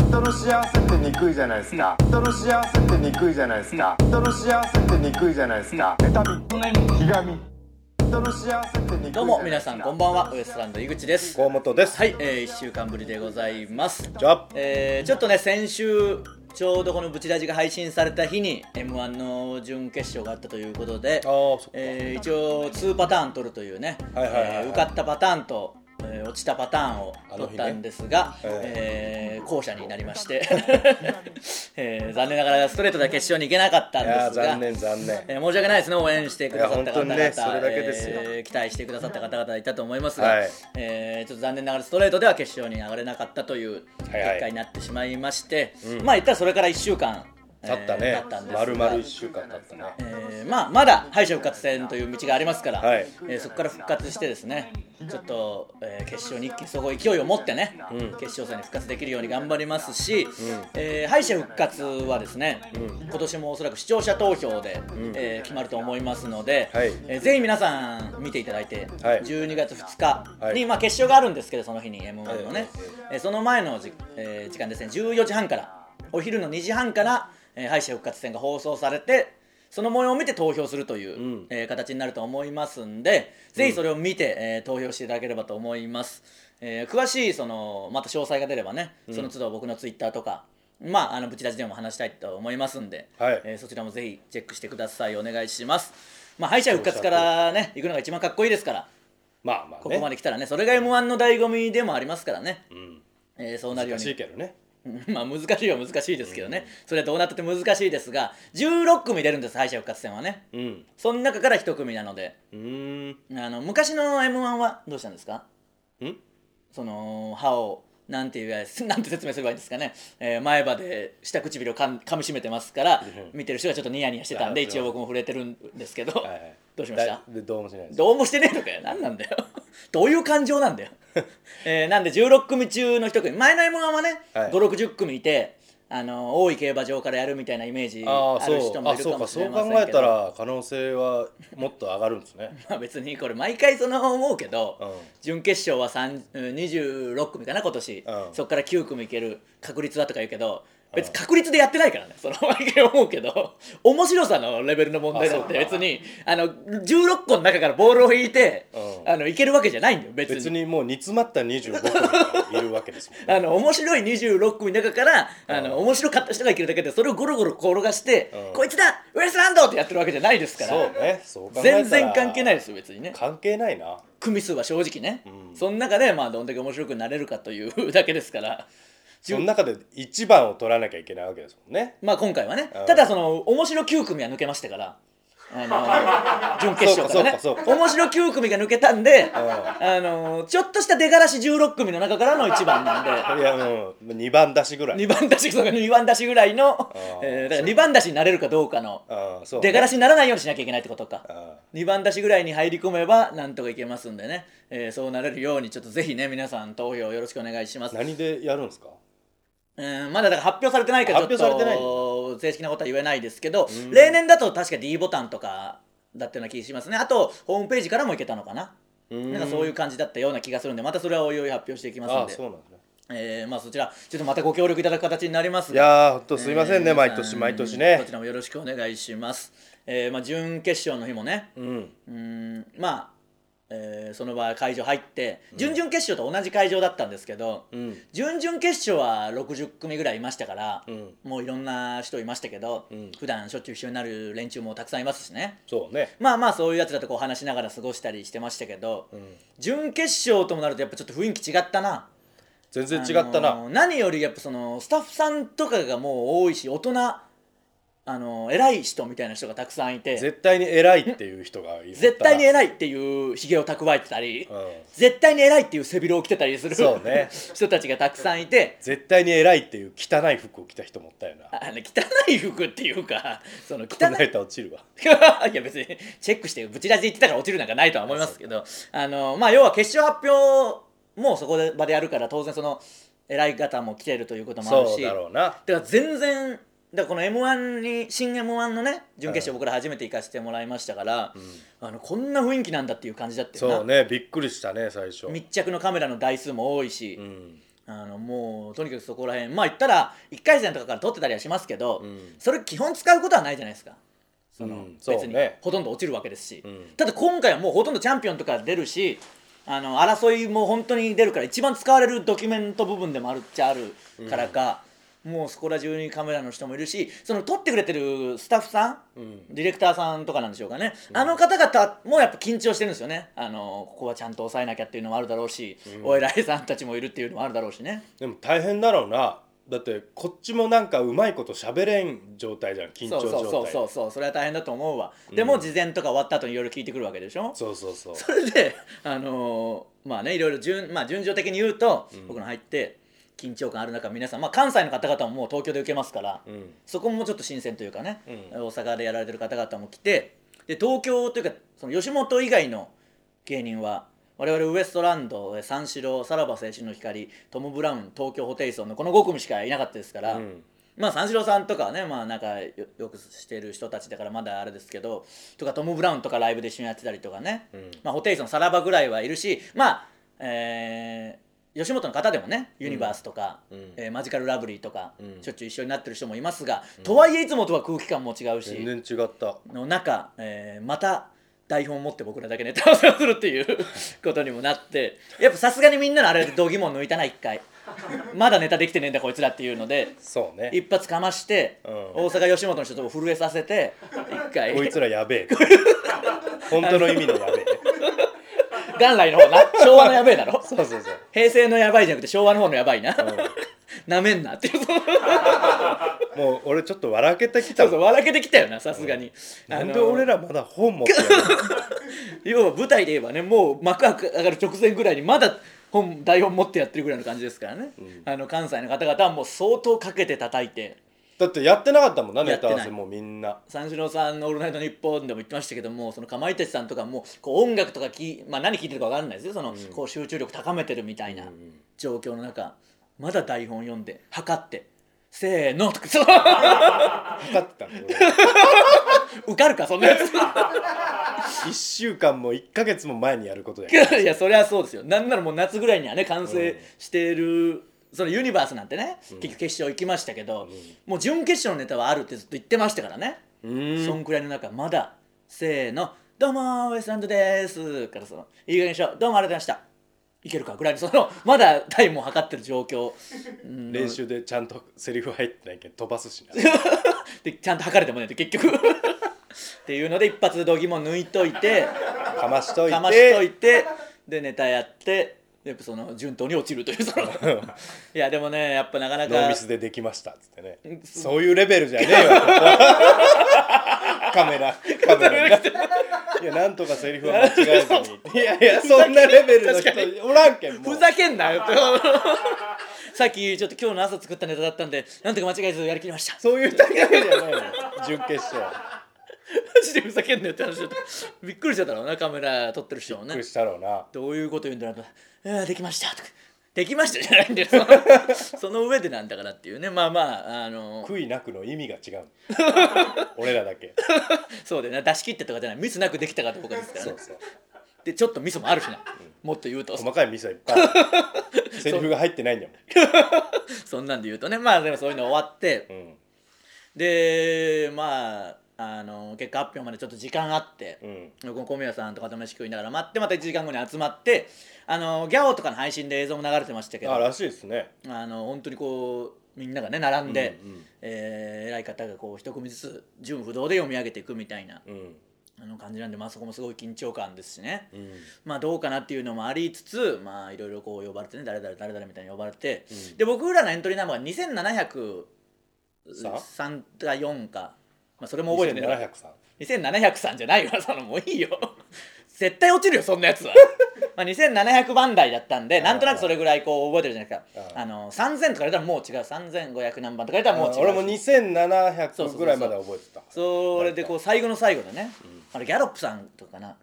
人の幸せってにくいじゃないですか人の幸せってにくいじゃないですか人の幸せってにくいじゃないですか妬みひがみ人の幸せってにくいじゃないですかどうも皆さんこんばんはウエストランド井口です河本です。はい、えー、1週間ぶりでございますじゃあ、えー、ちょっとね先週ちょうどこのブチラジが配信された日に m 1の準決勝があったということであーそっかえー一応2パターン取るというねはいはいはいはいえー受かったパターンと、えー落ちたパターンを取ったんですが、あの日ねえー後者になりま して、えー残念ながらストレートでは決勝に行けなかったんいでやーすが残念残念。えー申し訳ないですね応援してくださった方々、いや本当にねそれだけですよえー期待してくださった方々いたと思いますが、はいえーちょっと残念ながらストレートでは決勝に上がれなかったという結はいはい果になってしまいまして、まあいったらそれから1週間経ったえーね経ったん。ですがまるまる一週間経ったね。えーまあまだ敗者復活戦という道がありますから、はいえーそこから復活してですねちょっと、えー決勝に一気にそこ勢いを持ってね、決勝戦に復活できるように頑張りますし、えー敗者復活はですね、今年もおそらく視聴者投票で、えー決まると思いますので、はいえーぜひ皆さん見ていただいて、はい12月2日に、はいまあ、決勝があるんですけどその日に m 1のはいね、えーその前のじ、えー時間ですね14時半からお昼の2時半から、えー敗者復活戦が放送されてその模様を見て投票するという、んえー形になると思いますんでぜひそれを見て、えー投票していただければと思います、えー詳しいそのまた詳細が出ればねその都度僕のツイッターとか、まああのブチラジでも話したいと思いますんで、はいえーそちらもぜひチェックしてくださいお願いしますまあ敗者復活からね行くのが一番かっこいいですからまあまあね。ここまで来たらねそれが m 1の醍醐味でもありますからね、うん。えーそうなるよ難うしにいけどね。うん まあ難しいは難しいですけどね、それはどうなってて難しいですが16組出るんです敗者復活戦はねうん。その中から1組なのでうーん。あの昔の m 1はどうしたんですかんその歯をなんて言えば なんて説明すればいいんですかね、えー前歯で下唇をかん噛みしめてますから見てる人がちょっとニヤニヤしてたんでいや一応僕も触れてるんですけど、はいはい。どうしましただでどうもしないです。どうもしてねえのかよ何なんだよ どういう感情なんだよ、 えーなんで16組中の1組前の m 1はね、はい560組いてあの大井競馬場からやるみたいなイメージあああるそ人うもあいるそかうもかしそれうません考けどえたら可能性はもっと上がるんですね。 まあ、別にこれ毎回その思うけど、うん準決勝は3うん26組かな今年、うんそこから9組いける確率はとか言うけど別に確率でやってないからねその毎回思うけど面白さのレベルの問題だっあてそう別にあの16個の中からボールを引いて、うんあのいけるわけじゃないんだよ別に別にもう煮詰まった25個いるわけですも んね。あの面白い26組の中からあの面白かった人がいけるだけでそれをゴロゴロ転がしてう「んこいつだウエストランド!」ってやってるわけじゃないですかそうらね。そう考えたら全然関係ないですよ別にね関係ないな。組数は正直ね、その中でまあどんだけ面白くなれるかという だけですからその中で一番を取らなきゃいけないわけですもんね。まあ今回はねうんただその面白9組は抜けましたから。あの 準決勝からねそうかそうかそうか面白9組が抜けたんで、んあのちょっとした出がらし16組の中からの一番なんでいやうん2番出しぐらい。 2番出しそうか二番出しぐらいのー、えーだから2番出しになれるかどうかのああそうね出がらしにならないようにしなきゃいけないってことかあ2番出しぐらいに入り込めばなんとかいけますんでね、えーそうなれるようにちょっとぜひね皆さん投票よろしくお願いしまあす、何でやるんですかうんまだだから発表されてないからちょっ発表されてと正式なことは言えないですけど例年だと確か D ボタンとかだったような気がしますねあとホームページからもいけたのかななんかそういう感じだったような気がするんでまたそれはおいおい発表していきますあんあでそうなんですねえーまあそちらちょっとまたご協力いただく形になりますいがやーほんとすいませんね、えー毎年毎年こねちらもよろしくお願いします。えーまあ、準決勝の日もね、ううんーん、まあ、えーその場合会場入って、準々決勝と同じ会場だったんですけど、ん準々決勝は60組ぐらいいましたから、んもういろんな人いましたけど、ん普段しょっちゅう一緒になる連中もたくさんいますしね。そうねまあまあそういうやつらとこう話しながら過ごしたりしてましたけど、準決勝ともなるとやっぱちょっと雰囲気違ったな。全然違ったな、あのー何よりやっぱそのスタッフさんとかがもう多いし大人あのー偉い人みたいな人がたくさんいて絶対に偉いっていう人がいる絶対に偉いっていうひげを蓄えてたり、うん絶対に偉いっていう背広を着てたりする、そうね 人たちがたくさんいて絶対に偉いっていう汚い服を着た人もおったよなあの汚い服っていう かその汚汚いいと落ちるわ いや別にチェックしてぶち出しで言ってたから落ちるなんかないとは思いますけ どあのまあ要は決勝発表もそこで場でやるから当然その偉い方も来てるということもあるそしうだろうなだから全然だからこの m 1に新 m 1のね準決勝僕ら初めて行かせてもらいましたから、あのこんな雰囲気なんだっていう感じだったよなそうねびっくりしたね最初密着のカメラの台数も多いし、うんあのもうとにかくそこら辺まあ言ったら1回戦とかから取ってたりはしますけど、んそれ基本使うことはないじゃないですかその、うんそうね別にほとんど落ちるわけですし、んただ今回はもうほとんどチャンピオンとか出るしあの争いも本当に出るから一番使われるドキュメント部分でもあるっちゃあるからか、もうそこら中にカメラの人もいるしその撮ってくれてるスタッフさん、ディレクターさんとかなんでしょうかね、あの方々もやっぱ緊張してるんですよねあのここはちゃんと抑えなきゃっていうのもあるだろうし、お偉いさんたちもいるっていうのもあるだろうしねでも大変だろうなだってこっちもなんかうまいこと喋れん状態じゃん緊張状態そうそうそうそうそれは大変だと思うわ、でも事前とか終わった後にいろいろ聞いてくるわけでしょそうそうそうそれであのーまあねいろいろ順,、まあ、順序的に言うと、僕の入って緊張感ある中皆さん、まあ、関西の方々ももう東京で受けますから、んそこもちょっと新鮮というかね、う大阪でやられてる方々も来てで東京というかその吉本以外の芸人は我々ウエストランドえ三四郎さらば青春の光トム・ブラウン東京ホテイソンのこの5組しかいなかったですから。うんまあ三四郎さんとかはねまあなんかよよくしてる人たちだからまだあれですけどとかトム・ブラウンとかライブで一緒にやってたりとかね、まあホテイソンさらばぐらいはいるしまあえー吉本の方でもねユニバースとか、えーマジカルラブリーとか、しょっちゅう一緒になってる人もいますが、とはいえいつもとは空気感も違うし、全然違ったの中、えーまた台本を持って僕らだけネタ合わせをするっていうことにもなってやっぱさすがにみんなのあれで度肝を抜いたな一回まだネタできてねえんだこいつらっていうのでそうね一発かまして、うん大阪吉本の人とも震えさせて一回こいつら やべえ本当の意味のやべえ元来の方な昭和のやべえだろ そうそうそう平成のやばいじゃなくて昭和の方のやばいな、なめんなっていうそうもう俺ちょっと笑けてきたそうもん笑けてきたよなさすがに、あなのんで俺らまだ本持ってる要は舞台で言えばねもう幕上がる直前ぐらいにまだ本台本持ってやってるぐらいの感じですからね、あの関西の方々はもう相当かけて叩いてだってやってなかったもんなやネってないタ合わせもみんな三四郎さんの「オールナイトニッポン」でも言ってましたけどもそのかまいたちさんとかもこう音楽とかき、まあ、何聴いてるか分かんないですよその、こう集中力高めてるみたいな状況の中まだ台本読んで測って「せーの」とかそう測ってたの俺受かるかそんなや つ。 1週間も1ヶ月も前にやることやいやそりゃそうですよなんならもう夏ぐらいにはね完成してる、そのユニバースなんてね、結局決勝行きましたけど、もう準決勝のネタはあるってずっと言ってましたからね、うーんそんくらいの中まだせーの「どうもウエストランドです」からその「いい加減にしろどうもありがとうございました」いけるかぐらいのそのまだタイムを測ってる状況練習でちゃんとセリフ入ってないけど飛ばすしなでちゃんと測れてもねえって結局 っていうので一発で度肝抜いといて かましといてかましといてでネタやってやっぱその順当に落ちるという そのいやでもねやっぱなかなノーかミスでできましたっつってねそういうレベルじゃねえ よカメラカメラ がいやなんとかセリフは間違えずにいやいやそんなレベルの人確おらんけんもうふざけんなよ さっきちょっと今日の朝作ったネタだったんでなんとか間違えずやりきりましたそういう大会じゃないのよ準決勝マジでふざけんなよって話だったびっくりしちゃったろうなカメラ撮ってる人もびっくねりしたろ うなどういうこと言うんだろうと「えーできました」とか「できました」じゃないんだよ そのその上でなんだからっていうねまあまああの悔いなくの意味が違う 俺らだけそうでね出し切ってとかじゃないミスなくできたかどうかですからそねうそうでちょっとミスもあるしなもっと言うと細かいミスはいっぱいあるセリフが入ってないんだもんそんなんで言うとねまあでもそういうの終わって、でまああの結果発表までちょっと時間あって、僕も小宮さんとかと飯食いながら待ってまた1時間後に集まってあのギャオとかの配信で映像も流れてましたけどあらしいですねあの本当にこうみんながね並んで、えー偉い方がこう一組ずつ順不動で読み上げていくみたいな、うんあの感じなんで、まあ、そこもすごい緊張感ですしね、まあどうかなっていうのもありつつまあいろいろこう呼ばれてね誰々誰々みたいに呼ばれて、で僕らのエントリーナンバーが2703か4か、まあ、それも覚えてねえな2700さん2703じゃないわそのもういいよ 絶対落ちるよそんなや つはまあ2700番台だったんでなんとなくそれぐらいこう覚えてるじゃないですかあの3000とか入れたらもう違う3500何番とか入れたらもう違うし俺も2700ぐらいまで覚えてたそれでこう最後の最後でね、あれギャロップさんとかかな、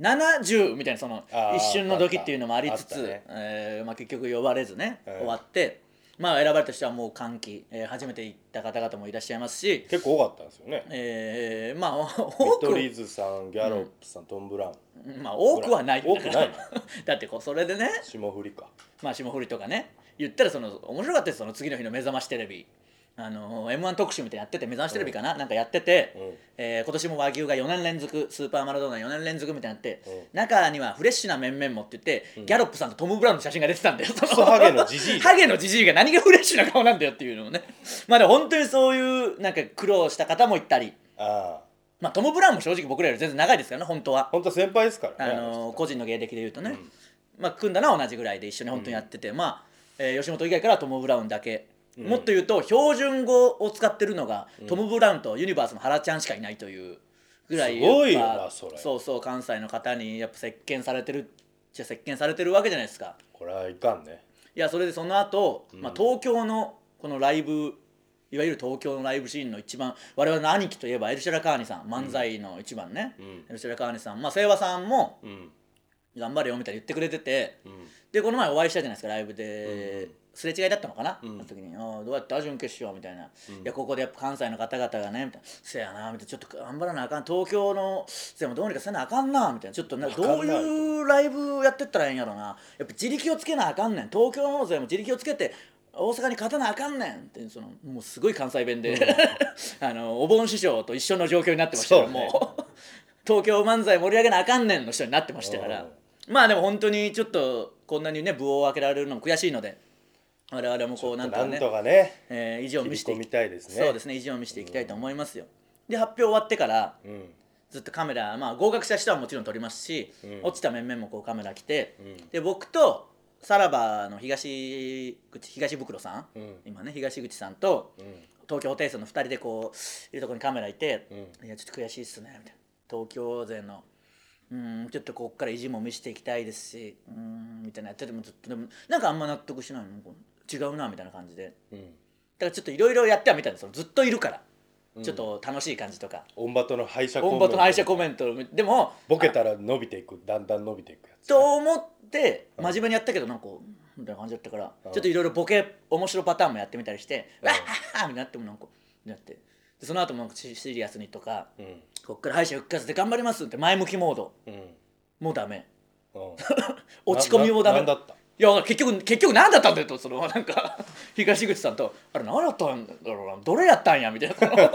2070みたいなそのあー一瞬の時っていうのもありつあつ、ったねえーまあ、結局呼ばれずね、ん終わって、まあ、選ばれた人はもう歓喜、えー初めて行った方々もいらっしゃいますし、結構多かったんですよねえーまあ見多く取り図さんギャロップさん、トム・ブラウンまあ多くはないほら多くない だってこうそれでね霜降りかまあ霜降りとかね言ったらその面白かったですその次の日の「目覚ましテレビ」あの m 1特集みたいなのやってて「目覚ましテレビ」かな、なんかやってて、うんえー今年も和牛が4年連続スーパーマラドーナ4年連続みたいになって、う中にはフレッシュな面々もって言って、ギャロップさんとトム・ブラウンの写真が出てたんだよそソハゲのジジ イハゲのじじいが何がフレッシュな顔なんだよっていうのもね まあでも本当にそういうなんか苦労した方もいたりああまあトム・ブラウンも正直僕らより全然長いですからね本当は本当は先輩ですからあねの個人の芸歴でいうとね、まあ、組んだのは同じぐらいで一緒に本当にやってて、まあ、えー吉本以外からはトム・ブラウンだけ、もっと言うと標準語を使ってるのが、トム・ブラウンとユニバースの原ちゃんしかいないというぐらいすごいよやっぱなそれうそう関西の方にやっぱ席巻されてるじゃあ席巻されてるわけじゃないですかこれはいかんねいやそれでその後、まあ東京のこのライブいわゆる東京のライブシーンの一番我々の兄貴といえばエルシェラ・カーニさん漫才の一番ね、んエルシェラ・カーニさんまあ清和さんもうん頑張れよみたいに言ってくれてて、んでこの前お会いしたじゃないですかライブで、すれ違いだったのかな、んあの時に「あーどうやった準決勝」みたいな、いやここでやっぱ関西の方々がね」みたいな「せやな」みたいな「ちょっと頑張らなあかん東京のせやもどうにかせなあかんな」みたいなちょっとなかんないどういうライブやってったらええんやろなやっぱ自力をつけなあかんねん東京の勢も自力をつけて大阪に勝たなあかんねんってそのもうすごい関西弁で、 あのお盆師匠と一緒の状況になってましたよ、そうねもう。東京漫才盛り上げなあかんねんの人になってましたからまあでも本当にちょっとこんなにね部を開けられるのも悔しいので我々もこうなんとなかんねとかねえー意地を見せて切り込みたいですねそうですね意地を見せていきたいと思いますよ、で発表終わってからうんずっとカメラ、まあ、合格した人はもちろん撮りますし、ん落ちた面々もこうカメラ来て、んで僕とさらばの東口東袋さん、うん今ね東口さんとうん東京ホテイソンの2人でこういるとこにカメラいて「ういやちょっと悔しいっすね」みたいな東京勢のうんちょっとこっから意地も見せていきたいですしうんみたいなやっててもずっとでもなんかあんま納得しないのこう違うなみたいな感じでだうんからちょっといろいろやってはみたんですよずっといるから、ちょっと楽しい感じとかオンバトの敗者コメオンントバトの敗者コメントでもボケたら伸びていくだんだん伸びていくやつと思って真面目にやったけどなんかみたいな感じだったからちょんっといろいろボケ面白パターンもやってみたりして「わーはーみたいになってもなんかなってでその後もなんかシシリアスにとかうん「こっから敗者復活で頑張ります」って前向きモードうんもうダメうん 落ち込みもダメなななんだったいや結局結局何だったんだよと そのなんか東口さんとあれ何だったんだろうなどれやったんやみたいな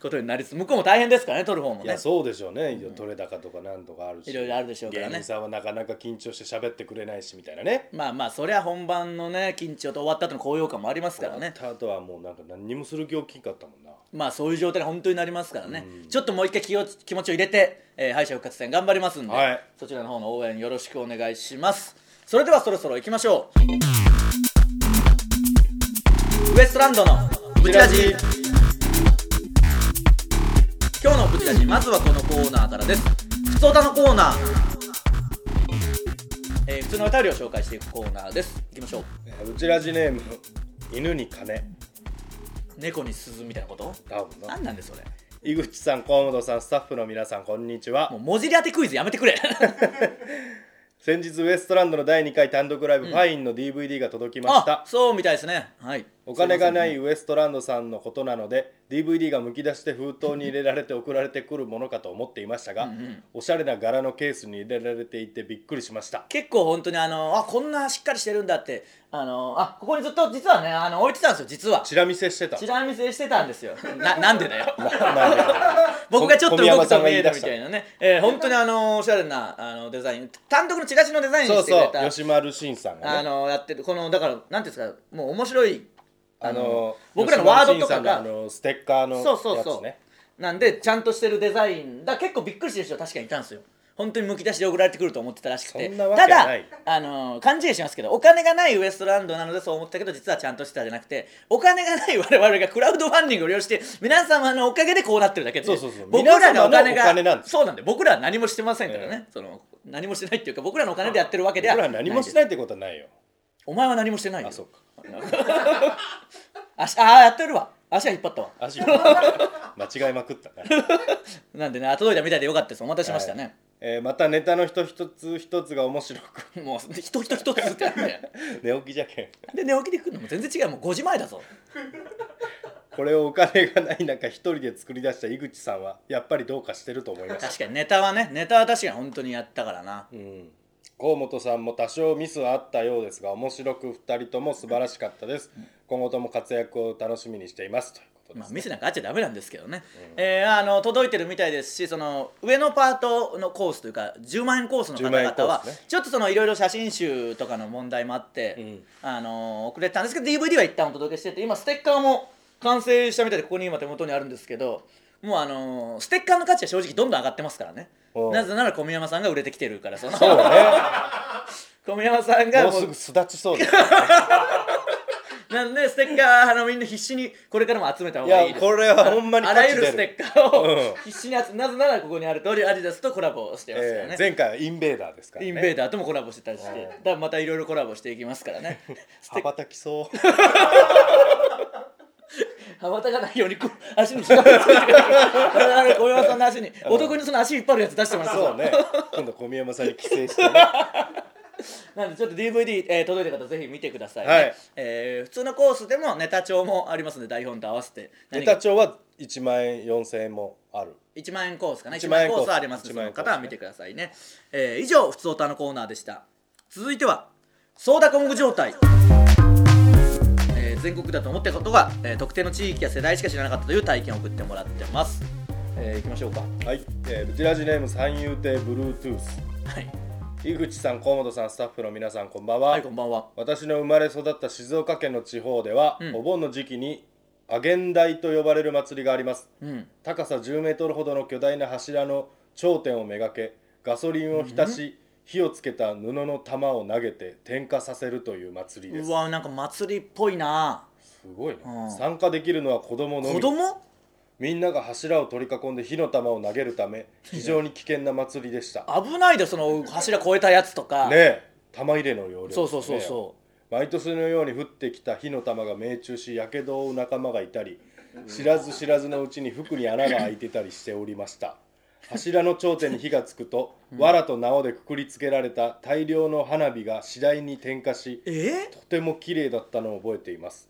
ことになりつつ向こうも大変ですからね取る方もいねやそうでしょうね取れ高とかなんとかあるしいろいろあるでしょうからね芸人さんはなかなか緊張して喋ってくれないしみたいなねまあまあそりゃ本番のね緊張と終わった後の高揚感もありますからね終わった後はもうなんか何にもする気起きんかったもんなまあそういう状態に本当になりますからね、ちょっともう一回気を気持ちを入れて、えー敗者復活戦頑張りますんで、はいそちらの方の応援よろしくお願いしますそれではそろそろ行きましょうウエストランドのブチラジ今日のブチラジまずはこのコーナーからです普通歌のコーナーえー、普通のお便りを紹介していくコーナーです行きましょうえーうちラジネーム犬に金猫に鈴みたいなこと多分な何なんでそれ井口さん河本さんスタッフの皆さんこんにちはもう文字り当てクイズやめてくれ先日ウエストランドの第2回単独ライブ「ファインの DVD が届きましあた、そうみたいですねはいお金がないすウエストランドさんのことなので DVD がむき出して封筒に入れられて送られてくるものかと思っていましたがおしゃれな柄のケースに入れられていてびっくりしました結構本当にあのあこんなしっかりしてるんだってあのあここにずっと実はねあの置いてたんですよ実はチラ見せしてたチラ見せしてたん ですよななんでだよなんか 僕がちょっと小宮動山くさとんが見言えい出るしみたたいなね、えー、本当にあのおしゃれなあのデザイン単独のチラシのデザインそにうしてくれそうた吉丸慎さんがねあのやってるこのだからなんていうんですかもう面白いあの僕らのワードとかが吉丸慎さんのあのステッカーのやつねそうそうそう、なんでちゃんとしてるデザインだ結構びっくりしてる人確かにいたんですよ本当にむき出しで送られてくると思ってたらしくてそんなわけはないただあのー勘違いしますけどお金がないウエストランドなのでそう思ったけど実はちゃんとしてたじゃなくてお金がない我々がクラウドファンディングを利用して皆様のおかげでこうなってるだけでそうそうそう僕らのお金皆が様のお金なんですそうなんで僕らは何もしてませんからね、その何もしてないっていうか僕らのお金でやってるわけでは僕ら何もしいないってことはないよですお前は何もしてないよあそうか足ああやってるわ足は引っ張ったわ 足間違いまくったななんでね届いたみたいでよかったですお待たせしましたね、えーまたネタの人一つ一つが面白くもう一人一人ずつってやって寝起きじゃけんで寝起きで来るのも全然違うもう5時前だぞこれをお金がない中一人で作り出した井口さんはやっぱりどうかしてると思 いました確かにネタはねネタは確かに本当にやったからなうん河本さんも多少ミスはあったようですが面白く2人とも素晴らしかったです今後とも活躍を楽しみにしていますということでまあ、す、ミスなんかあっちゃダメなんですけどね、えーあの届いてるみたいですしその上のパートのコースというか10万円コースの方10万円コ々は、ースねちょっとそのいろいろ写真集とかの問題もあって、んあの遅れてたんですけど DVD は一旦お届けしてて今ステッカーも完成したみたいでここに今手元にあるんですけどもうあのステッカーの価値は正直どんどん上がってますからねおうなぜなら小宮山さんが売れてきてるからそのそうね 小宮山さんがももううすぐ巣立ちそうですなんでステッカーあのみんな必死にこれからも集めた方いがいいやですこれはほんまにあ価らゆ値る出スるテッカーうをん必死に集めなぜならここにある通りアディダスとコラボしてますからえねえ、前回はインベーダーですからインねベーダーともコラボしてたりして、だからまたいろいろコラボしていきますからね羽ばたきそう羽ばたかないようにこう足に引っ張ってあれ小山さんの足にお得にその足引っ張るやつ出してもらってそ うね今度小宮山さんに寄生してねなんでちょっと DVD、えー届いた方ぜひ見てください、ねはいえー普通のコースでもネタ帳もありますので台本と合わせてネ何タか帳は1万円4000円もある1万円コースかな1 1万万円円ココースースありますので1そ万の円コース方は見てくださいね、えー以上「ふつおた」のコーナーでした続いては「ソーダコング状態」えー全国だと思ったことが、えー特定の地域や世代しか知らなかったという体験を送ってもらってますえー、いきましょうかはい、えー、ルチラジネーム三遊亭ブルートゥースはい、井口さん河本さんスタッフの皆さんこんばんは、はい、こんばんは私の生まれ育った静岡県の地方では、うんお盆の時期にアゲン台と呼ばれる祭りがありますうん高さ1 0メートルほどの巨大な柱の頂点をめがけガソリンを浸し、火をつけた布の玉を投げて点火させるという祭りですうわなんか祭りっぽいなすごいね、うん参加できるのは子供のみ子供みんなが柱を取り囲んで火の玉を投げるため非常に危険な祭りでした危ないでその柱越えたやつとか、ねえ玉入れの要領そうそうそうそう毎年のように降ってきた火の玉が命中し火傷を負う仲間がいたり知らず知らずのうちに服に穴が開いてたりしておりました柱の頂点に火がつくと、藁と縄でくくりつけられた大量の花火が次第に点火しうえとても綺麗だったのを覚えています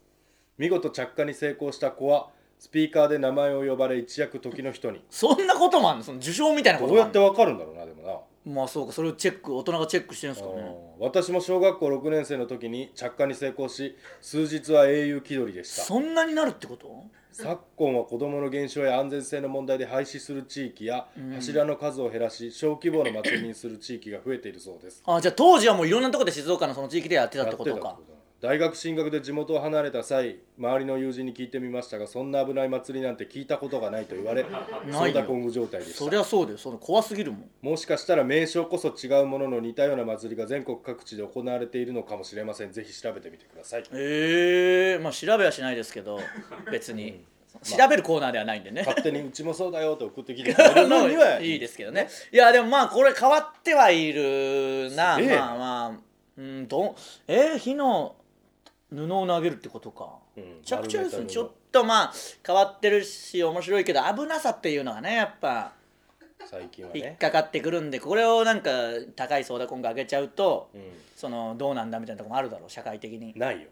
見事着火に成功した子はスピーカーで名前を呼ばれ一躍時の人にそんなこともあんのその受賞みたいなこどとうもあやんっのてわかるんだろうなでもなまあそうかそれをチェック大人がチェックしてるんですかねうん私も小学校6年生の時に着火に成功し数日は英雄気取りでしたそんなになるってこと昨今は子どもの減少や安全性の問題で廃止する地域や柱の数を減らし小規模の祭りにする地域が増えているそうですあじゃあ当時はもういろんなとこで静岡のその地域でやってたってことやってたかってことだ大学進学で地元を離れた際周りの友人に聞いてみましたがそんな危ない祭りなんて聞いたことがないと言われよソーダコング状態でしたそりゃそうだよその怖すぎるもんもしかしたら名称こそ違うものの似たような祭りが全国各地で行われているのかもしれませんぜひ調べてみてくださいええまあ調べはしないですけど別に、調べるコーナーではないんでね勝手にうちもそうだよって送ってきてくれるのにはの いいですけどねいやでもまあこれ変わってはいるなすげえまあまあうんどんえー、火の布を投げるってことか、うんめちゃくちゃです丸ねめた布ちょっとまあ変わってるし面白いけど危なさっていうのがねやっぱ最近は引っね、かかってくるんでこれをなんか高いソーダコング上げちゃうと、そのどうなんだみたいなとこもあるだろう社会的にうん、ない よ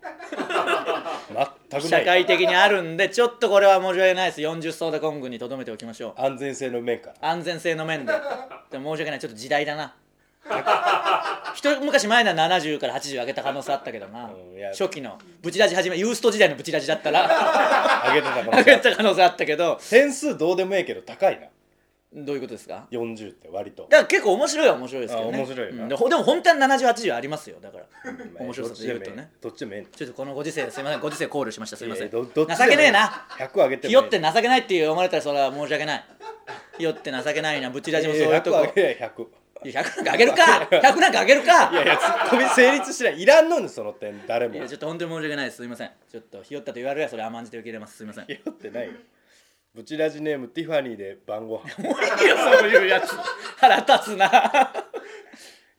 全くな社い会的にあるんでちょっとこれは申し訳ないです40ソーダコングにとどめておきましょう安全性の面から安全性の面ででも申し訳ないちょっと時代だ な一昔前なら70から80上げた可能性あったけどな、うんいや初期のブチラジ始めユースト時代のブチラジだったら上げてたか上らげた可能性あったけど点数どうでもいいけど高いなどういうことですか40って割とだから結構面白いは面白いですけどねあ面白いなうんでほでも本当は7080ありますよだから 面白さとどっ言ちでうもといいねどっちでもいいのちょっとこのご時世すいませんご時世考慮しましたすいませんいやいやどどっち情でもいけいねえな100上げてもいひいよって情けないって思われたらそれは申し訳ないひよって情けないなブチラジもそういうと100こ上げりゃ100いや100なんかあげるか100なんかあげるかいやいやツッコミ成立しないいらんのにその点誰もいやちょっと本当に申し訳ないですすいませんちょっとひよったと言われるやそれ甘んじて受け入れますすいませんもひよってないよブチラジネームティファニーで晩ご 飯ういいよそういうやつ腹立つな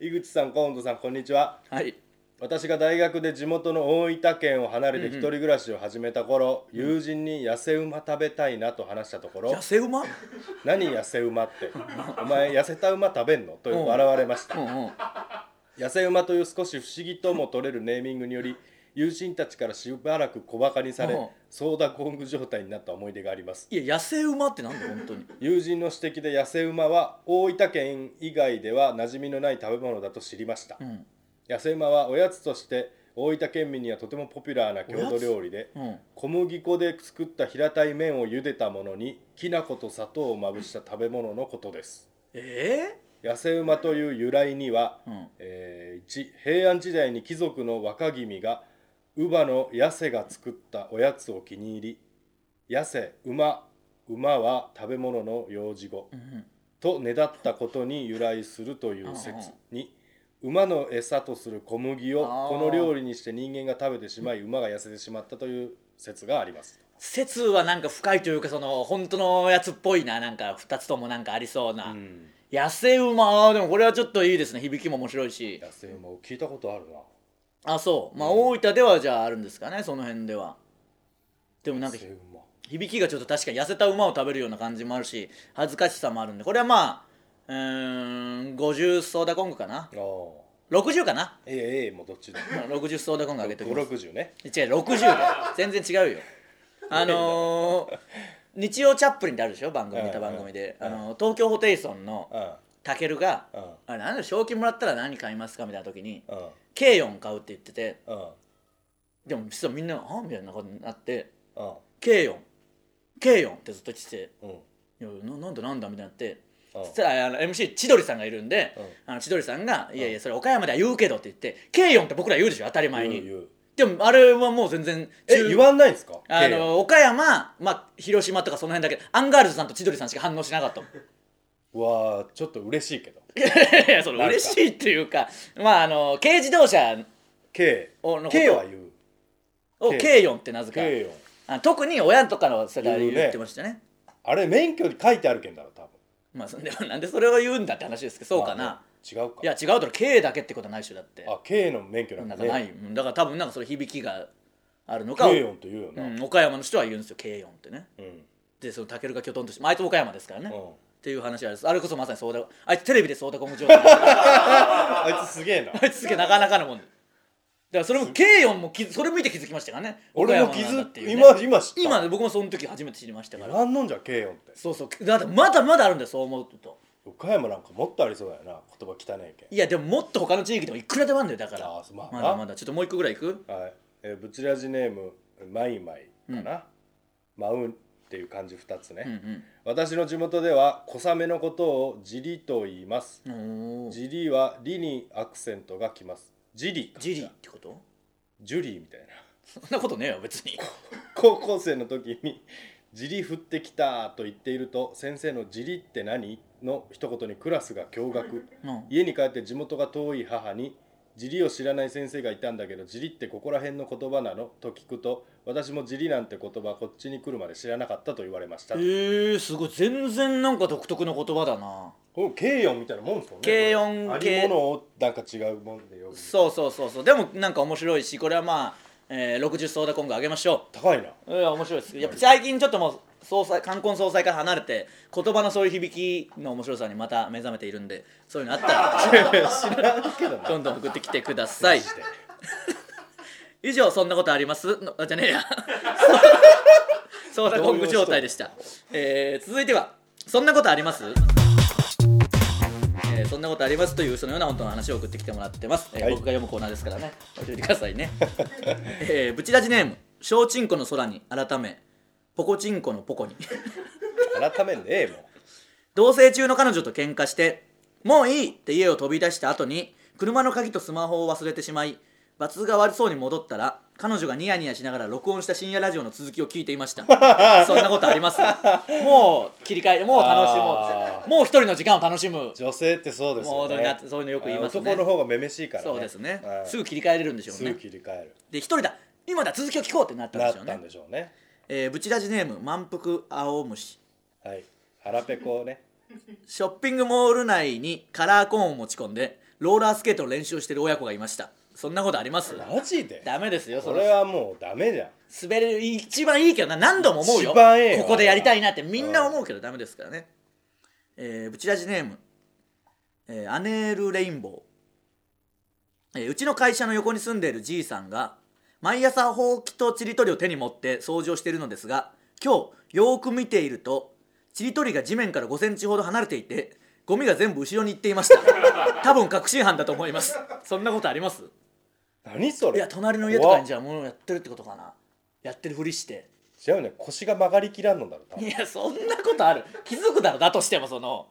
井口さん河本さんこんにちははい私が大学で地元の大分県を離れて一人暮らしを始めた頃、友人に痩せ馬食べたいなと話したところ痩せ馬「何痩せ馬って お前痩せた馬食べんの?」と笑われましたうんうん痩せ馬という少し不思議とも取れるネーミングにより友人たちからしばらく小バカにされうんソーダコング状態になった思い出がありますいや野生馬ってなんだよ本当に友人の指摘で野生馬は大分県以外では馴染みのない食べ物だと知りました、うん野生馬はおやつとして大分県民にはとてもポピュラーな郷土料理でうん小麦粉で作った平たい麺を茹でたものにきな粉と砂糖をまぶした食べ物のことですえ野生馬という由来には、えうんえ1平安時代に貴族の若君が乳母の痩せが作ったおやつを気に入り痩せ馬馬は食べ物の用事語うんとねだったことに由来するという説に馬の餌とする小麦をあーこの料理にして人間が食べてしまい馬が痩せてしまったという説があります説はなんか深いというかその本当のやつっぽいななんか2つともなんかありそうな、野生馬でもこれはちょっといいですね響きも面白いし野生馬を聞いたことあるなあそうまあ大分ではじゃああるんですかねその辺ではでもなんか野生馬響きがちょっと確かに痩せた馬を食べるような感じもあるし恥ずかしさもあるんでこれはまあうーん50ソーダコングかなああ60かなええええもうどっちだ60ソーダコングあげておきます560ね違う60だ全然違うよあのー日曜チャップリンってあるでしょ番組うんネタ番組で、うんあのー東京ホテイソンのうんたけるがうん「あれなんだ賞金もらったら何買いますか?」みたいな時にうん「ケイヨン買う」って言っててうんでも実はみんな「はみたいなことになってうん「ケイヨンケイヨン」ってずっと来ててうんいやななんだなんだみたいになってうんそしたらあの MC 千鳥さんがいるんで、うんあの千鳥さんが「いやいやそれ岡山では言うけど」って言って「ケイヨン」って僕ら言うでしょ当たり前に、言う言うでもあれはもう全然え言わんないんですかあケイヨンの岡山、まあ、広島とかその辺だけどアンガールズさんと千鳥さんしか反応しなか ったもんうわーちょっと嬉しいけどいやいやそれなんか嬉しいっていうかまああの軽自動車 K おのこと K は言うを軽軽四って名付け K よあ特に親とかの世代で言うね言ってましたねあれ免許に書いてあるけんだろ多分まあそんでもなんでそれを言うんだって話ですけどそうかな、まあね違うかいや違うだろ軽だけってことはないでしょだってあ K の免許ななんんかかない、ねうんだから多分なんかそれ響きがあるのか、 K よと言うよう、なん岡山の人は言うんですよ軽四ってねうんでそのタケルがきょとんとしてまああいつも岡山ですからね、っうんていう話はあれですあれこそまさにそうだあいつテレビでそうだこむ状態あいつすげえなあいつすげえなかなかのもんだからそれも慶音もきそれ見て気づきましたからね俺も 岡気山なんだづっていうね今今知った今ね僕もその時初めて知りましたか言らわんのんじゃ K よってそうそうだってまだまだあるんだよそう思うと岡山なんかもっとありそうだよな言葉汚いけんいやでももっと他の地域でもいくらでもあるんだよだからあーそうまあなまだまだちょっともう一個ぐらいいくはい、えー、ブチラジネームマイマイかな、舞うっていう漢字2つね、うんうん私の地元では小雨のことを「じり」と言いますおー「じり」は「り」にアクセントがきます「じり」ジリーってことジュリーみたいな そんなことねえよ別に高校生の時に「じり降ってきた」と言っていると先生の「じりって何?」の一言にクラスが驚愕うん家に帰って地元が遠い母に「ジリを知らない先生がいたんだけどジリってここら辺の言葉なの?」と聞くと「私もジリなんて言葉こっちに来るまで知らなかった」と言われましたえー、すごい全然なんか独特の言葉だなこれ軽音みたいなもんですもんね軽音これ軽ありものをなんか違うもんで呼ぶそうそうそうそうでもなんか面白いしこれはまあ、えー、60ソーダコングあげましょう 高いなええ面白いですやっぱ最近ちょっともう総裁冠婚葬祭から離れて言葉のそういう響きの面白さにまた目覚めているんでそういうのあったら知らんけどなどんどん送ってきてください以上そんなことありますのあじゃねえやソーダコング状態でしたえー続いてはそんなことありますえーそんなことありますという嘘のような本当の話を送ってきてもらってます、えーはい僕が読むコーナーですからねおいといてくださいねえーブチラジネーム「小チンコの空に改めポコチンコのポコに」改めねえもん同棲中の彼女と喧嘩して「もういい!」って家を飛び出した後に車の鍵とスマホを忘れてしまいバツが悪そうに戻ったら彼女がニヤニヤしながら録音した深夜ラジオの続きを聞いていました そんなことありますもう切り替えもう楽しもあうもう一人の時間を楽しむ女性ってそうですもようだねそういうのよく言いますね男の方がめめしいからねそうですね、はいすぐ切り替えれるんでしょうすねぐ切り替えるで一人だ今だ続きを聞こうってなったんなでっしょうたねんでしょうねえーブチラジネーム満腹青虫はい腹ペコをねショッピングモール内にカラーコーンを持ち込んでローラースケートの練習をしてる親子がいましたそんなことありますマジでダメですよそそれれはもうダメじゃん滑る一番いいけどな何度も思うよ一番ええわここでやりたいなってみんな思うけどダメですからね、えーブチラジネーム、えーアネールレインボー、えーうちの会社の横に住んでいるじいさんが毎朝ほうきとちりとりを手に持って掃除をしているのですが今日よーく見ているとちりとりが地面から5センチほど離れていてゴミが全部後ろに行っていました多分確信犯だと思いますそんなことあります何それいや隣の家とかにじゃゃあもうやってるってことかなやってるふりして違うね腰が曲がりきらんのだろ多い分やそんなことある気づくだろだとしてもその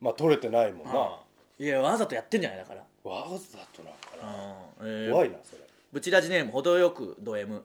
まあ取れてないもんなわいやわざとやってんじゃないだからざとなんかなうんえー怖いなそれブチラジネーム程よくド M、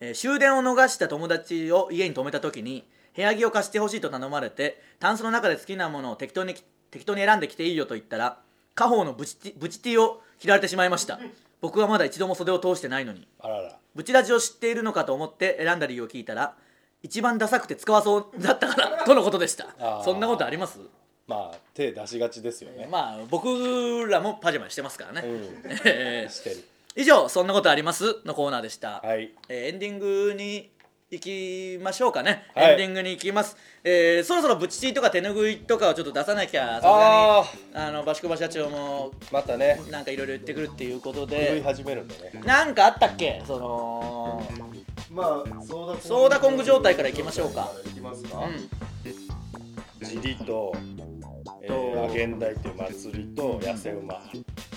えー終電を逃した友達を家に泊めた時に部屋着を貸してほしいと頼まれてタンスの中で好きなものを適当に適当に選んできていいよと言ったら家宝のブチティブチティを着られてしまいました僕はまだ一度も袖を通してないのにあららブチラジを知っているのかと思って選んだ理由を聞いたら一番ダサくて使わそうだった からとのことでしたあーそんなことありますまあ手出しがちですよねまあ僕らもパジャマにしてますからね、うんえーしてる 以上「そんなことあります?」のコーナーでした、はいえーエンディングに行きましょうかね、はいエンディングに行きます、えーそろそろブチチーとか手ぬぐいとかをちょっと出さなきゃさすあがにあのバシコバ社長もまたねなんかいろいろ言ってくるっていうこと狂いで始めるんだねなんかあったっけそのまあソーダコングソーダコング状態からいきましょうかいきますか、うんジリと、えー、アゲンダイっていう祭りと痩せ馬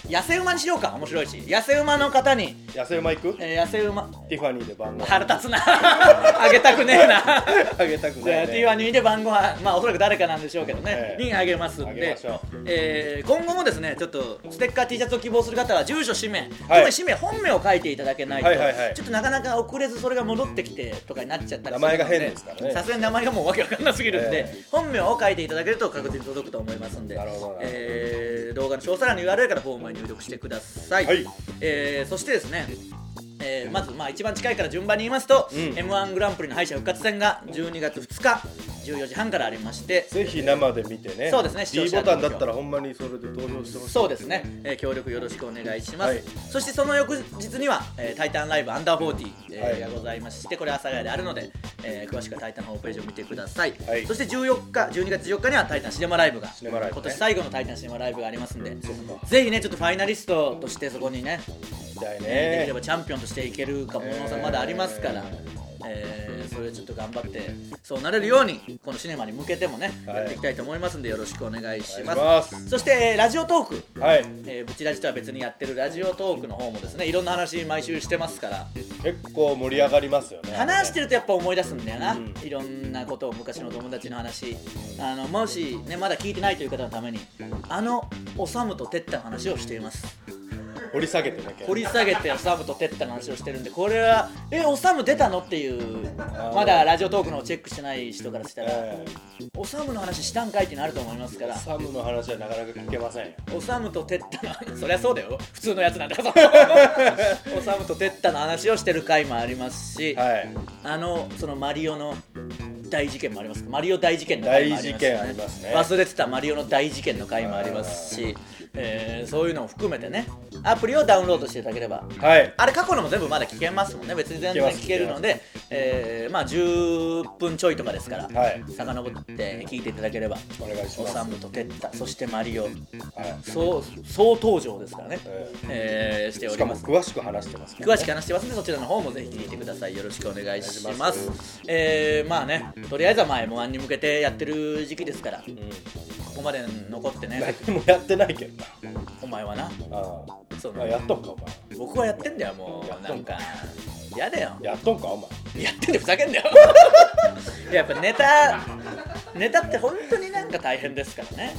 痩せ馬にしようか面白いし痩せ馬の方に、痩せ馬行くえー痩せ馬ティファニーで晩ご飯腹立つな あげたくねえなあげたくじゃなあい、 T1 ね、にで晩ご飯まあおそらく誰かなんでしょうけどね、ええにあげますんあげでましょう、えー今後もですねちょっとステッカー T シャツを希望する方は住所氏名、はい特に氏名本名を書いていただけないと、はいはいはいちょっとなかなか遅れずそれが戻ってきてとかになっちゃったりするので名前が変ですからねさすがに名前がもうわけわかんなすぎるんで、え本名を書いていただけると確実に届くと思いますんでなるほどなるほどえー動画の詳細欄の URL からフォームに入力してください、はいえーそしてですねえーまずまあ一番近いから順番に言いますと、m 1グランプリの敗者復活戦が12月2日14時半からありましてぜひ生で見てねそうですね視聴 D 者ボタンだったらほんまにそれで投票してほしいそうですね、えー協力よろしくお願いします、はいそしてその翌日には「えータイタンライブアンダー4 0えーはいがございましてこれ阿佐ヶ谷であるので、えー詳しくは「タイタン」ホームページを見てください、はいそして14日12月14日には「タイタンシネマライブが」ネマライブね今年最後の「タイタンシネマライブ」がありますんでっかぜひねちょっとファイナリストとしてそこにねみたいできれねばチャンピオンとしていけるかも可能性まだありますから、えーそれちょっと頑張ってそうなれるようにこのシネマに向けてもね、はいやっていきたいと思いますんでよろしくお願いしますお願いしますそして、えーラジオトークはいえーブチラジとは別にやってるラジオトークの方もですねいろんな話毎週してますから結構盛り上がりますよね話してるるとやっぱ思い出すんだよな、うんいろんなことを昔の友達の話あのもしねまだ聞いてないという方のためにあのおさむとてったの話をしています掘り下げてね掘り下げてサムとテッタの話をしてるんでこれは「えおサム出たの?」っていうーまだラジオトークのチェックしてない人からしたらえ「おサムの話したんかい?」ってなると思いますかーらサムの話はなかなか聞けませんよおサムとテッタの話 そりゃそうだよ普通のやつなんだ からそのおサムとテッタの話をしてる回もありますし、はいあのそのマリオの大事件もありますマリオ大事件の回もあります大事件ありますね忘れてたマリオの大事件の回もありますし、えーそういうのも含めてねアプリをダウンロードしていただければはいあれ過去のも全部まだ聞けますもんね別に全然聞けます聞けるのでえーまあ10分ちょいとかですから、はい遡って聞いていただければお願いしおますさむとテッタそしてマリオはい総総登場ですからね、えーえーしておしりかまもす詳しく話してますから詳しく話してますのでそちらの方もぜひ聞いてくださいよろしくお願いしお願いしまますすえーまあねとりあえずはまあ m 1に向けてやってる時期ですからここまで残ってね何もやってないけどなお前はなあそうあやっとんかお前僕はやってんだよもうなんかやだよやっとんかお前やってんでふざけんなよい ややっぱネタネタって本当になんか大変ですからね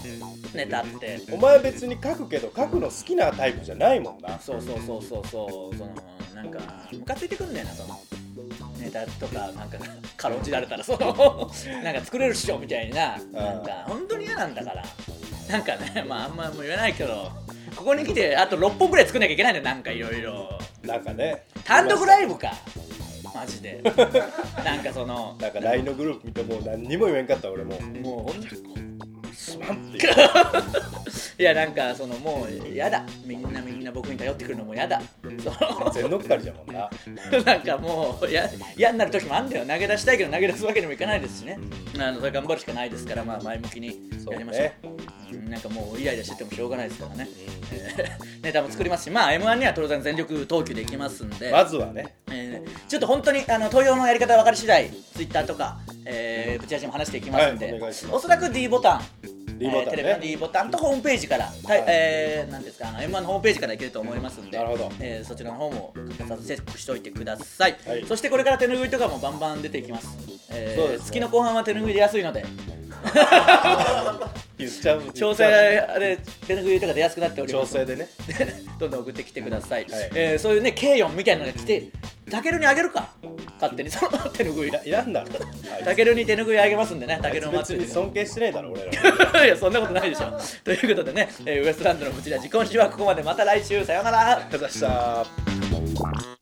ネタってお前別に書くけど書くの好きなタイプじゃないもんなそうそうそうそうそうそのなんかムカついてくんだよなそのネタとかなんか軽んじられたらその なんか作れるっしょみたいななんか本当に嫌なんだからなんかねまああんまもう言えないけどここに来てあと6本ぐらい作んなきゃいけないんだよなんかいろいろなんかね単独ライブかマジでなんかそのなんか LINE のグループ見てもう何にも言えんかった俺ももう本当にすまんって言う いやなんかそのもうやだみんなみんな僕に頼ってくるのもやだそ全乗っかりじゃもんなのなんかもうや嫌になる時もあんだよ投げ出したいけど投げ出すわけにもいかないですしねあのそれ頑張るしかないですからまあ前向きにやりましょうそうねなんかもうイライラしててもしょうがないですからね、えー ネタも作りますしまあ m 1には当然全力投球できますんでまずはねえーちょっと本当にあの投票のやり方分かり次第ツイッターとか、えー、ぶち出しも話していきますんで、はいお願いしますおそらく D ボタン D ボタンねえーテレビの D ボタンとホームページから、たはいえーなんですかあの M1 のホームページからいけると思いますんでなるほどえーそちらの方も欠かさずチェックしておいてください、はいそしてこれから手拭いとかもバンバン出ていきます,、えーそうですね月の後半は手拭い出やすいので言っちゃう調整で手拭いとか出やすくなっておりま調す整でね どんどん送ってきてください、はいえーそういうね K4 みたいなのが来てたけるにあげるか勝手にその 手拭いいらいらんだ ろあいつたけるに手拭いあげますんでねたけるを別祭にりで尊敬してねえだろ俺 らいやそんなことないでしょということで ね、えーウエストランドのこちら今週はここまでまた来週さようならありがとうございました